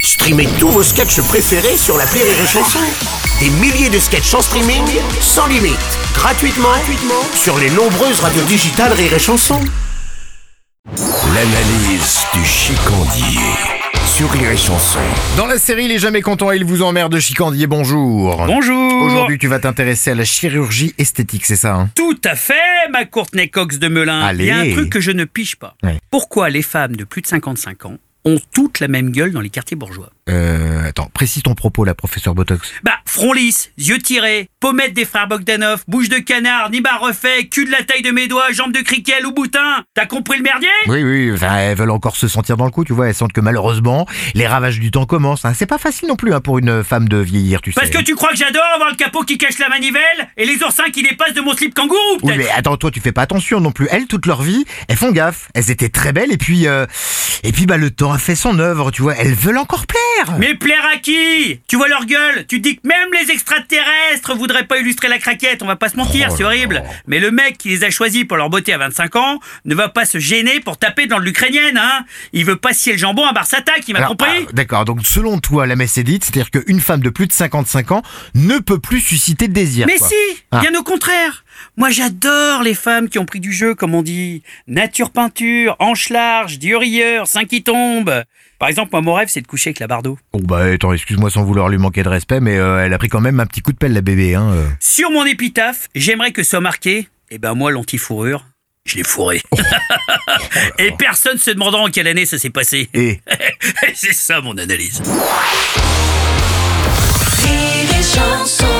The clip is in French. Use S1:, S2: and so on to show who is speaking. S1: Streamez tous vos sketchs préférés sur la Rire et Chanson. Des milliers de sketchs en streaming, sans limite, gratuitement, gratuitement sur les nombreuses radios digitales Rire et Chanson. L'analyse du chicandier sur Rire et Chanson.
S2: Dans la série Les Jamais Contents, il vous emmerde, Chicandier, bonjour.
S3: Bonjour
S2: Aujourd'hui, tu vas t'intéresser à la chirurgie esthétique, c'est ça hein
S3: Tout à fait, ma Courtenay Cox de Melun.
S2: Allez.
S3: Il y a un truc que je ne pige pas.
S2: Ouais.
S3: Pourquoi les femmes de plus de 55 ans ont toutes la même gueule dans les quartiers bourgeois
S2: Euh, attends, précise ton propos là, professeur Botox.
S3: Bah, front lisse, yeux tirés, pommettes des frères Bogdanov, bouche de canard, nibar refait, cul de la taille de mes doigts, jambes de criquet, ou boutin. T'as compris le merdier
S2: Oui, oui, enfin, elles veulent encore se sentir dans le coup, tu vois, elles sentent que malheureusement, les ravages du temps commencent. hein. C'est pas facile non plus hein, pour une femme de vieillir, tu
S3: Parce
S2: sais.
S3: que tu crois que j'adore avoir le capot qui cache la manivelle et les oursins qui dépassent de mon slip kangourou,
S2: Oui,
S3: peut-être
S2: mais attends, toi, tu fais pas attention non plus. Elles, toute leur vie, elles font gaffe. Elles étaient très belles et puis, euh, et puis, bah, le temps a fait son œuvre, tu vois. Elles veulent encore plaire.
S3: Mais plaire à qui Tu vois leur gueule Tu te dis que même les extraterrestres voudraient pas illustrer la craquette, on va pas se mentir,
S2: Oh
S3: c'est
S2: là
S3: horrible. Mais le mec qui les a choisis pour leur beauté à 25 ans ne va pas se gêner pour taper dans de l'ukrainienne, hein Il veut pas scier le jambon à Barsata, qui m'a
S2: Alors,
S3: compris
S2: ah, D'accord, donc selon toi, la messe est dite, c'est-à-dire qu'une femme de plus de 55 ans ne peut plus susciter de désir.
S3: Mais
S2: quoi.
S3: si
S2: Ah.
S3: Bien au contraire Moi j'adore les femmes qui ont pris du jeu, comme on dit. Nature peinture, hanche large, diorilleur, seins qui tombe. Par exemple, moi mon rêve c'est de coucher avec la bardo.
S2: Bon bah attends, excuse-moi sans vouloir lui manquer de respect, mais euh, elle a pris quand même un petit coup de pelle la bébé. Hein, euh.
S3: Sur mon épitaphe, j'aimerais que soit marqué Eh ben moi, l'anti-fourrure, je l'ai fourré. Et personne se demandera en quelle année ça s'est passé.
S2: Et
S3: C'est ça mon analyse.
S4: Rire et chanson